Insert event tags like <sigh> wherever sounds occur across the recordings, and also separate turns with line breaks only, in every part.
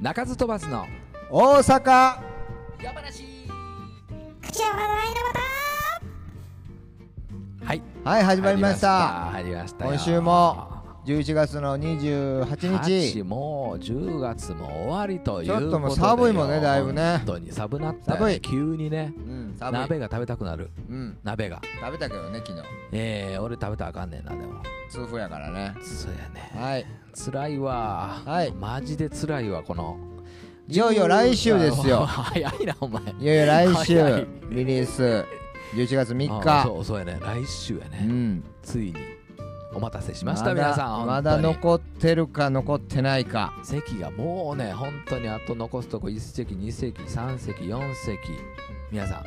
鳴かず飛ばずの
大阪
山梨
口は笑いのまた
はい
はい始まりました
入りました
今週も11月の28
8
日
もう10月も終わりという
ちょっともう
こで
寒いもんねだいぶね
本当に寒なったよ
寒い
急にね
うん寒い
鍋が食べたくなる
うん
鍋が
食べたけどね昨日
えー、俺食べたらあかんねんなでも
痛風やからね
そうやね
はい
辛いわ、
はい
マジで辛いわこの
いよいよ来週です
<laughs>
よ
早いなお前
いよいよ来週
早い
リリース11月3
あ
日
そうそうやね来週やね、
うん
ついにお待たせしました皆さん
まだ
本当に
残ってるか残ってないか
席がもうね本当にあと残すとこ1席2席3席4席皆さん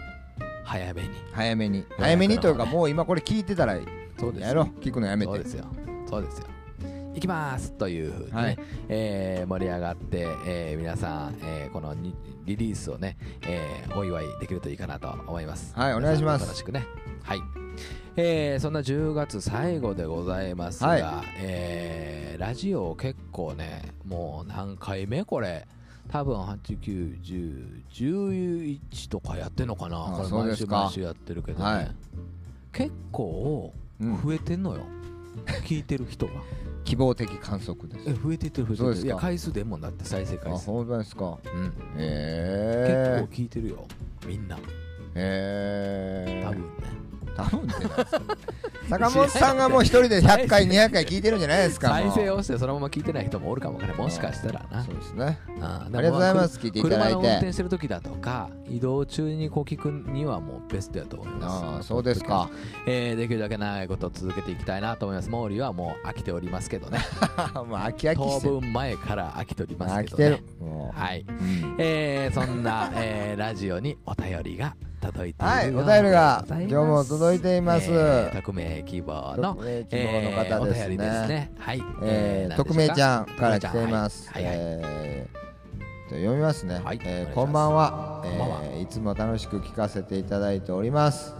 早めに
早めに
の
早めにというかもう今これ聞いてたら
そう
やろう聞くのやめ
そう
て
ですよそうですよ行きますというふうに、ね
はい
えー盛り上がって、えー皆さん、えーこのにリリースをね、えーお祝いできるといいかなと思います
はいお願いします
皆さんも楽しくねはい、えーそんな10月最後でございますが、
はい
えーラジオを結構ねもう何回目これ多分891011とかやってんのかな
あ
これ
そう
毎
で
週
すか
毎週やってるけどね、
はい
結構
うん
増えてんのよ、聞いてる人が
希望的観測です
<laughs> え増えてってる増えて
そう
る
ですか
いや回数でもんだって再生
あ
回数、
ほんまですか
うん
え
結構聞いてるよみんな
ええ
多分ね、
多分ってないですか <laughs> 坂本さんがもう一人で100回200回聞いてるんじゃないですかも
<laughs> 再
う
生をしてそのまま聞いてない人もおるかもわからないもしかしたらな
そうですね <laughs>
あ
ありがとうございます聞いていただいて
車の運転してる時だとか移動中にこう聞くにはもうベストやと思います
ああそうですか
えーできるだけ長いこと続けていきたいなと思いますモーリーはもう飽きておりますけどね
もう飽き飽き
当
してる
分前から飽きております
飽
け
き
ど、
て
ね、
るもう
はい
うん
えー、そんな、 <laughs> えー、ラジオにお便りが届いている
はい
よう
お便りが
でございます
今日も届いています
えー匿名希望の
匿名希望の方で
えーお便
すね
りですねはい、
え
何でしょう
ー
か
匿名ちゃんから来ています。
はいはいはい
えーと読みますね
はい。
えー
お願いします
こんばんは。
んばんは
えーいつも楽しく聞かせていただいております。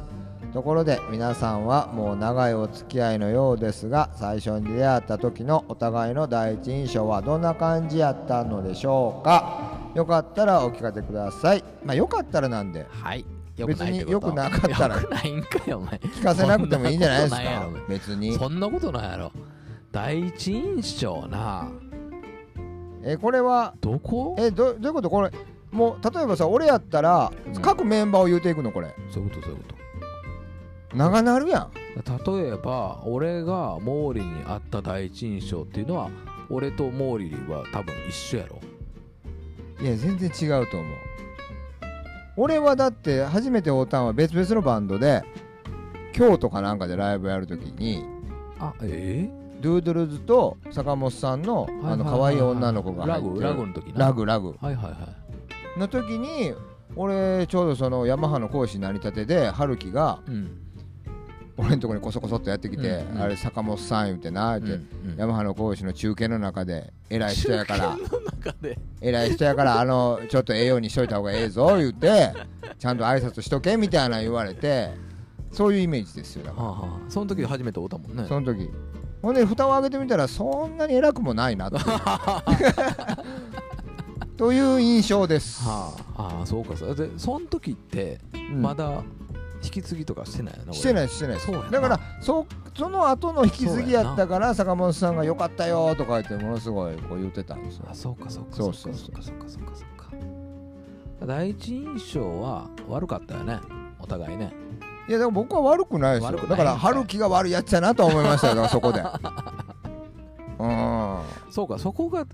ところで皆さんはもう長いお付き合いのようですが最初に出会った時のお互いの第一印象はどんな感じやったのでしょうかよかったらお聞かせくださいまあよかったらなんで
はいよくないってこと
別によくなかったら
よくないんかよお前
聞かせなくてもいいんじゃないです
<laughs> そんなことな
か
いやろ
別に
そんなことないやろ第一印象な
えーこれは
どこ
えどどういうことこれもう例えばさ俺やったら、
うん
各メンバーを言うていくのこれ
そういうことそういうこ
長なるやん
と例えば俺がモーリーに会った第一印象っていうのは俺とモーリーは多分一緒やろ
いや全然違うと思う俺はだって初めて会うたんは別々のバンドで京都かなんかでライブやるときに
あええ
ドゥードゥルズと坂本さんのあの可愛い女の子が入
ラ
って
グ
る
ラグの時な
ラグラグ
はいはいはい
の時に俺ちょうどそのヤマハの講師になりたてで春樹が
うん
俺のとこにこそこそっとやってきて
うん
「
うん
あれ坂本さん」言うてな言うてヤマハの講師の中継の中で偉い人やから
中中で
偉い人やからあのちょっとええようにしといた方がええぞ言うてちゃんと挨拶しとけみたいな言われてそういうイメージですよだ
は
か
あはあその時初めておったもんね
らその時ほんで蓋を開けてみたらそんなに偉くもな
<laughs>
いなっていうという印象です、
はあはあそうかそうでその時って
うん
まだ引き継ぎとかしてないの
して
い
ないしてない
そうやな
だからそその後の引き継ぎやったから坂本さんが「よかったよ」とか言ってものすごいこう言ってたんですよ
あそうかそうか
そう
そ
そうう
か
そ
そ
う
うかそうかそうかそうか第一印象は悪かったよねお互いね
いやでも僕は悪くないです
悪く
よ
ない
だから春樹が悪いやつやなとは思いましたよだからそこ
<laughs>
でうん
そうかそこが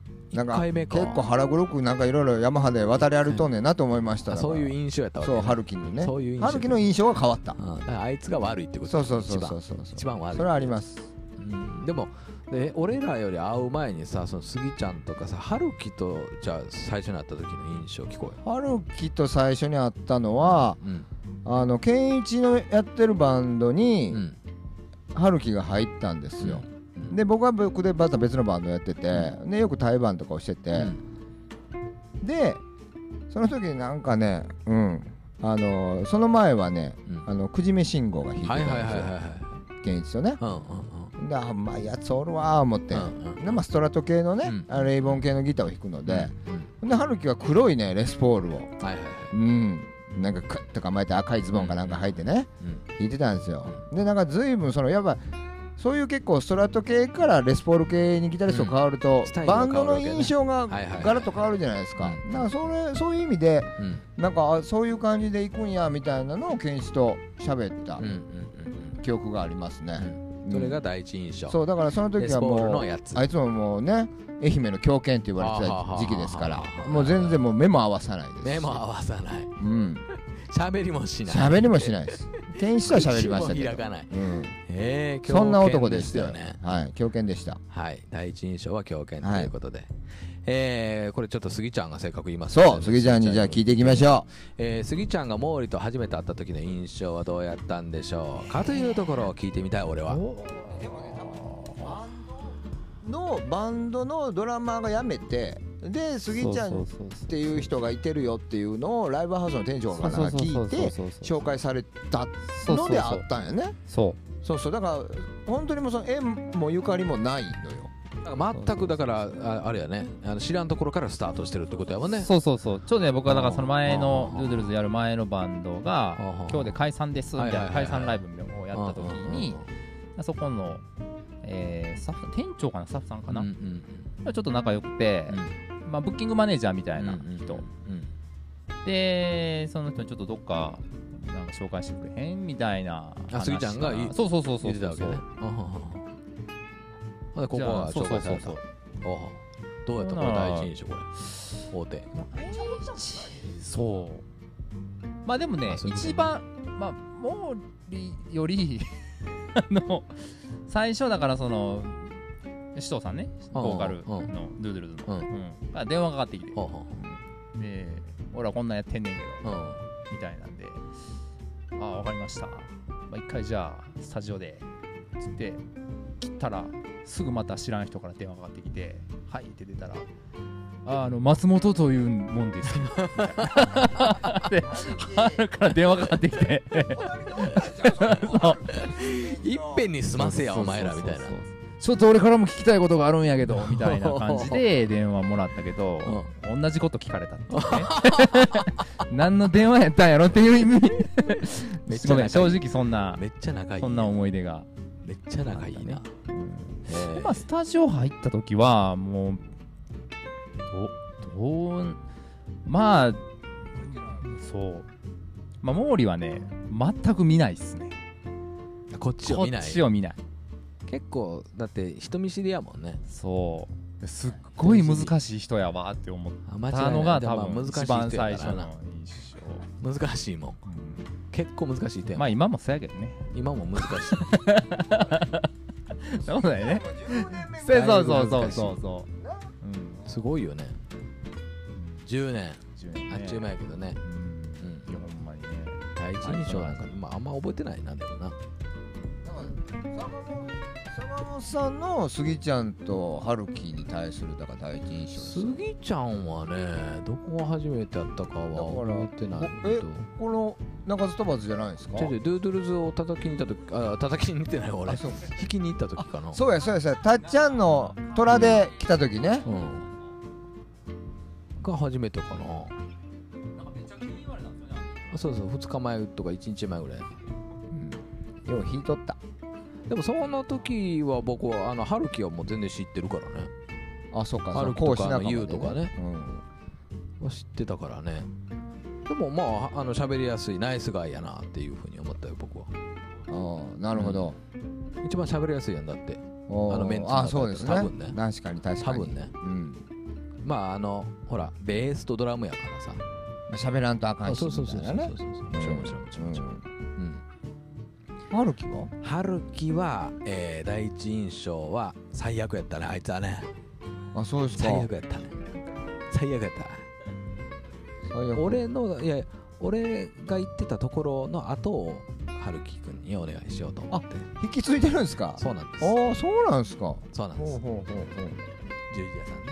1
なんか
回目か
結構腹黒くなんかいろいろヤマハで渡り歩いとんねんなと思いました
あ
だから
そういう印象やったわけ
そう
ね
春樹にね
そういう印象
春樹の印象が変わった
うんだからあいつが悪いってこと
そうそうそうそう
一
そう
一番悪い
それはあります
うんでもえ俺らより会う前にさそのスギちゃんとかさ春樹とじゃあ最初に会った時の印象聞こえ
春樹と最初に会ったのは
うん
あの健一のやってるバンド
う
に
ん
春樹が入ったんですよ、
うん
で僕は僕でまた別のバンドやってて、
う
でよく対バンとかをしてて、
うん
でその時になんかねうんあのその前はね
うん
あのくじめ信号が引いてた
はい
ん
はいはいはい
ですよ
はい
健一とね
うんうんうん
であうまいやつおるわー思って、
うんうん
でまあ、ストラト系のね、
うん
あのレイボン系のギターを弾くので、
うん
で春樹は黒いねレスポールを
はいはいはい
うんなんかクッと構えて赤いズボンかなんか履いてね
うん
弾いてたんですよでなんか随分そのやっぱそういう結構ストラト系からレスポール系にギタリスト変わると、
スタイルが
バ
変
ン
わ
ド
るわ
の
けね
印象
は
が
いはいはい
ガラッと変わるじゃないですか、
うん
だからそれそういう意味で
うん
なんかあそういう感じで行くんやみたいなのをケンシと喋った
うんうん
記憶があります
うんう
ね、
ん
う
うんんそれが第一印象
そうだからその
レ
時
ス
は
ポール
も
の
う
やつ
あいつももうね愛媛の狂犬って言われて
あはは
た
は
時期ですから
ははは
もう全然もう目も合わさないです
目も合わさない
うん
喋りもしない
喋りもしな
<laughs>
いですケンシとは喋りましたけ
口
ど
も開かない
うん
えー
そんな
狂犬
男でしたよ
ね
はい狂犬でした
はい第一印象は狂犬ということで、えーこれちょっとスギちゃんがせっかく言います
そう杉ちゃんにじゃあ聞いていきましょ
えー、スギちゃんが毛利と初めて会った時の印象はどうやったんでしょうかというところを聞いてみたい俺は
うのバンドのドラマーが辞めてで杉ちゃんっていう人がいてるよっていうのをライブハウスの店長から聞いて紹介されたのであったんよね
そ
そうそうだから本当にもうその縁もゆかりもないのよ
全くだからああれやねあの知らんところからスタートしてるってことやもん
う
ね
そうそうそうちょうどね僕はだからその前の
あー
ドゥードゥルズやる前のバンド
あ
が
ー
今日で解散ですみた
は
い
い
な
はいはい
解散ライブをやった時にそこのえースタッフ店長かなスタッフさんか
うんう
なんちょっと仲良くて
うんうん
まあブッキングマネージャーみたいな人
うん
でその人にちょっとどっかなんか紹介してくれへんみたいな
あ
話
杉ちゃんがい
からそうそうそうそ
言
う
ってたわけ
そ
ね
う
あははほんでここ
じゃ
が
あそう
紹
そう
介
そ
された
うそう
おうどうやったこ
ほ
れ
んなら
第一印象これ大手
そうまあでもね
あそういうこと
一番まあ毛利より <laughs> あの最初だからその首藤さんね
うん
ボーカル
う
のドゥードゥルズ
う
の、
ん
うんが電話かかってきて
ほうほ
で俺はこんなんやってんねんけ
う
ど、
うん
みたいなんでああわかりました、まあ、一回じゃあスタジオでつって切ったらすぐまた知らん人から電話かかってきて「はい」って出たら「ああの松本というもんですけど」 <laughs> で春から電話かかってきて
いっぺんに済ませやお前らみたいな
そうそうそうちょっと俺からも聞きたいことがあるんや
<laughs>
けどみたいな感じで電話もらったけど、同じこと聞かれたっていうね <laughs> 何の電話やったんやろっていう意味
<laughs> めっちゃ仲いい
ごめん正直そんな
めっちゃ仲いい
そんな思い出が、
めっちゃ仲いいなえー
まあスタジオ入った時はもうどどうまあそうまあ毛利はね全く見ないっすね
こっちを
こ
見ない
っちを見ない
結構だって人見知りやもんね
そうすっごい難しい人やわって思っ
あ間違いない
たのが
でも
多
まあ
分
難しい
一番
人や
最
か
初
らな
の印
難しいもん
象、
結構難しい点、
まあ今もそうやけどね
今も難しい
そうだよ <laughs> ね
ぐ
そう
らい
そう
の
そ
難
うそう
しい
そうそう
すごいよね10年
うん
あっちゅう間やけどね、
うん
うん
いやほんまにね
第一印象なんか、まあ、あんま覚えてないなでもな
坂本さんの杉ちゃんと春樹に対するだから第一印象ですよ
杉ちゃんはねどこが初めてやったかは覚えてないけど
この中津飛ばずじゃないですか
ちょいちょいドゥードゥルズを叩きに行った時あ叩きに行ってないわ俺
あそう
引きに行った時かな
そうやそうやそうやたっちゃんの虎で来た時ね、
うんが初めてかなあそうそう2日前とか1日前ぐらい
よう引いとった
でもその時は僕はあの春樹はもう全然知ってるからね
あそうか
歩きとか
講師仲間で
あの言うとかね
うん
は知ってたからねでもまああの喋りやすいナイスガイやなっていうふうに思ったよ僕は
ああなるほど、
一番喋りやすいやんだって
おー
あのメンツの中
あそうですね
多分ね
確かに確か
多
に
分ね
うん
まああのほらベースとドラムやからさ
まあ喋らんとあかん
あ
し
そうそうそう
み
そ
た
う
いなね
そうそうもちろんもちろんもちろんもちろんうん
うん春樹は
春樹は、えー第一印象は最悪やったねあいつはね
あそうですか
最悪やったね最悪やっ
最
た
悪
俺のいや俺が行ってたところの後を春樹くんにお願いしようと思って
引き継いでるんですか
そうなんです
ああそうなんですかほ
そうなん
う
です
ほうほう
十字屋さんね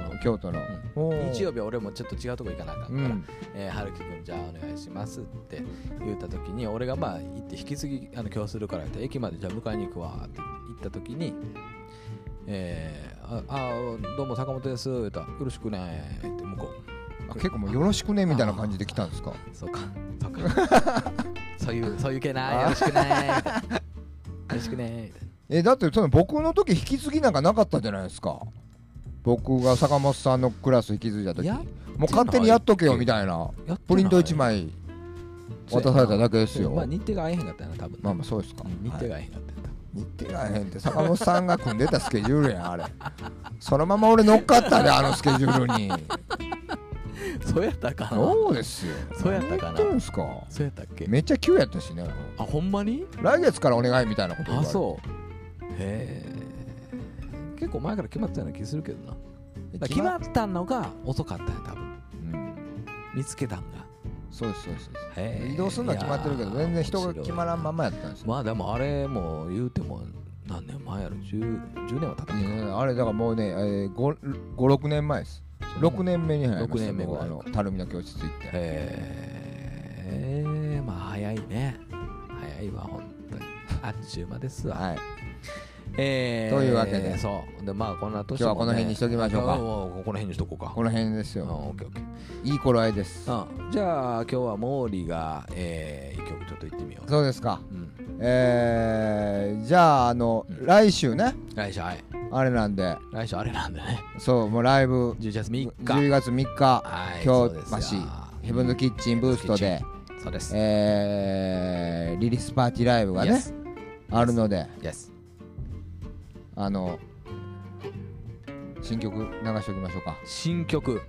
ほう
京都の
あー京都のおー
日曜日は俺もちょっと違うとこ行かなあかんか
う
ら、
ん
えー、春樹くんじゃあお願いしますって言った時に俺がまあ行って引き継ぎあの今日するからって駅までじゃあ迎えに行くわって言った時に、えー、ああどうも坂本です」言うたらよろしくね」って向こう
あ結構もうよろしくねみたいな感じで来たんですか
「そうかそうか
<laughs>
そういうそういう系なよろしくね」みたいなよろしくね」みたいな
えだってその僕の時引き継ぎなんかなかったじゃないですか僕が坂本さんのクラス引き継いだ時
や
もう勝手にやっとけよみたいな
やってない
プリント1枚渡されただけですよ
まあ日程が合えへんかったよな多分
まあまあそうですか
うん日程が合えへんかったよ多分
日程がへんって坂本さんが組んでたスケジュールやんあれそのまま俺乗っかったであのスケジュールに
そうやったかな
そうですよ
そうやったかな
何言ってるんすか
そうやったっけ
めっちゃ急やったしね
あほんまに
来月からお願いみたいなこと言わ
あ
れて
そうへえ結構前から決まってたような気するけどなだから
決
決
ま
ま
っ
ったのが遅かったんや多分
うん
見つけたんが
そうですそうですそうです
へえ
移動するのは決まってるけど
いやー
全然人が決まらんま
面
まやったんです
白
よ
いまあでもあれも言うても何年前やろ 10, 10年は経ったん
いや
か
いやあれだからもうね、えー、56年前です6年目に入りました
六年目ぐらい
僕あのたるみの教室行って
へえまあ早いね早いわ本当にあっちゅう間ですわ
はい
えー
というわけで
そうでまあこんな年
今日はこの辺にしときましょうか
あもうここの辺にしとこうか
この辺です
うん
よ
オッケーオッケー
いい頃合いです
うん、じゃあ今日は毛利が、えー、一曲ちょっと行ってみよう。
そうですか
うん、
えー、じゃああの、
うん
来週ね
来週はい
あれなんで
来週あれなんでね
そうもうライブ
10月3日
10月3日
はい
京
そうですよ
橋ヘブンズキッチンブーストで、
そうです。
えー、リリースパーティーライブがね
Yes
あるので
Yes
あの新曲流しておきましょうか
新曲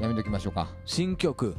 やめときましょうか
新曲、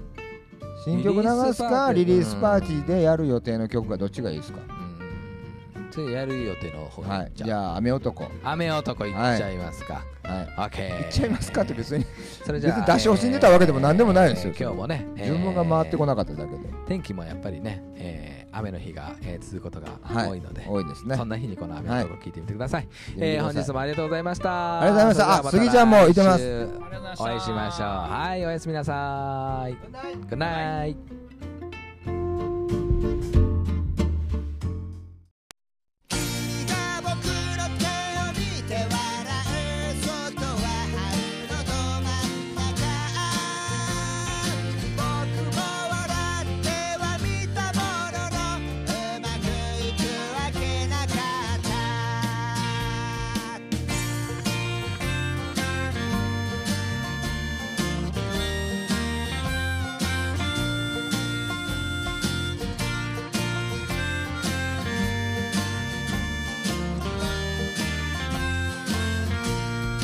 新曲流すかリ
リリ
リー
ー
ス
ス
パ
パ
ー
ー
テ
ティー
ィーでやる予定の曲がどっちがいいですか
うん、それやる予定の方
はいじ
じゃ
ゃあ雨男はい
あ雨男行っちゃいますか。
行
OK。行
っちゃいますかって別に
それじゃあ
別に出し惜しんでたわけでも何でもないですよ
えー今日もね、えー
順番が回ってこなかっただけで
天気もやっぱりね、えー雨の日が、えー続くことが
はい
多いので、
多いですね
そんな日にこの雨の音を聞いてみてください。えー
聞いてください
本日もありがとうございました。
ありがとうございました
それでは
あ杉ちゃんも
来
い
週
ありがとうございました
お会いしましょう。はい、おやすみなさい。Good night.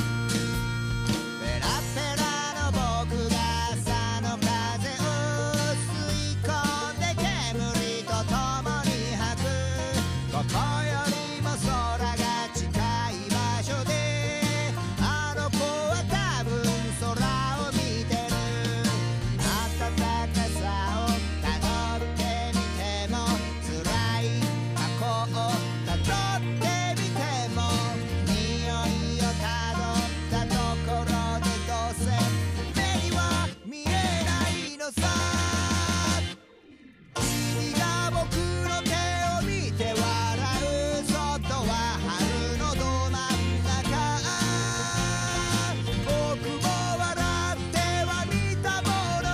「ペラペラの僕が朝の風を吸い込んで煙と共に吐く」「ここよりも空が近い場所で」「あの子は多分空を見てる」「暖かさをたどってみても」「つらい過去をたどってみても」「匂いをたどったところでどうせ目には見えないのさ」君が僕の手を見て笑う外は春のど真ん中僕も笑ってはみたもの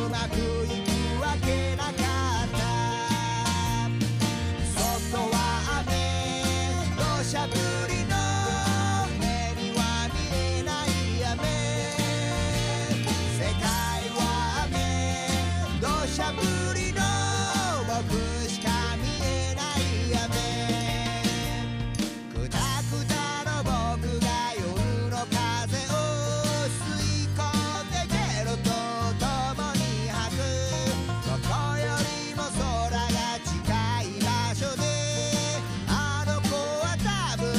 のうまくいくわけなかった外は雨土砂降りの目には見えない雨世界は雨土砂降りの僕しか見えない雨くたくたの僕が夜の風を吸い込んでゲロと共に吐くここよりも空が近い場所であの子は多分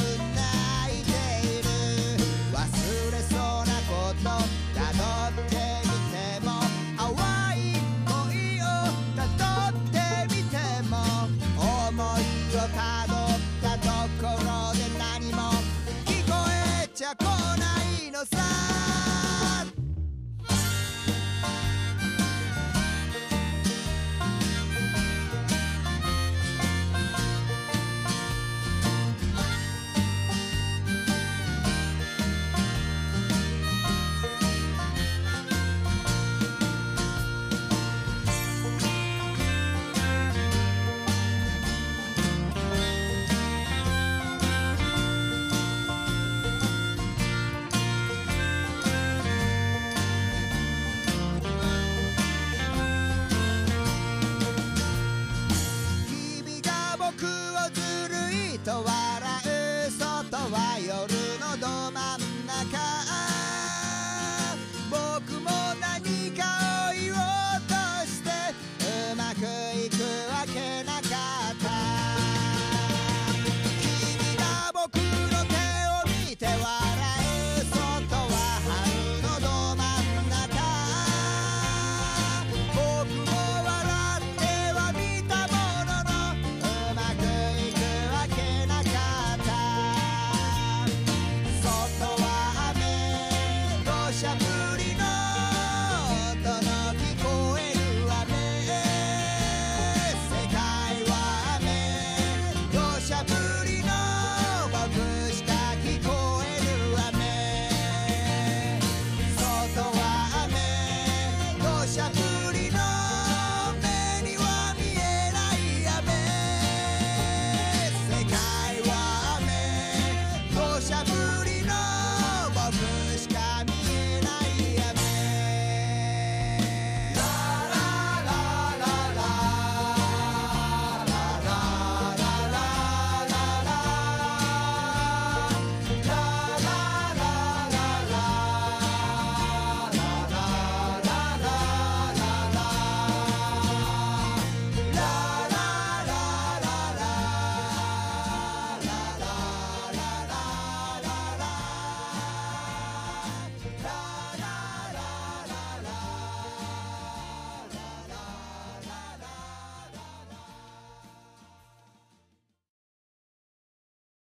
と笑う外は夜のど真ん中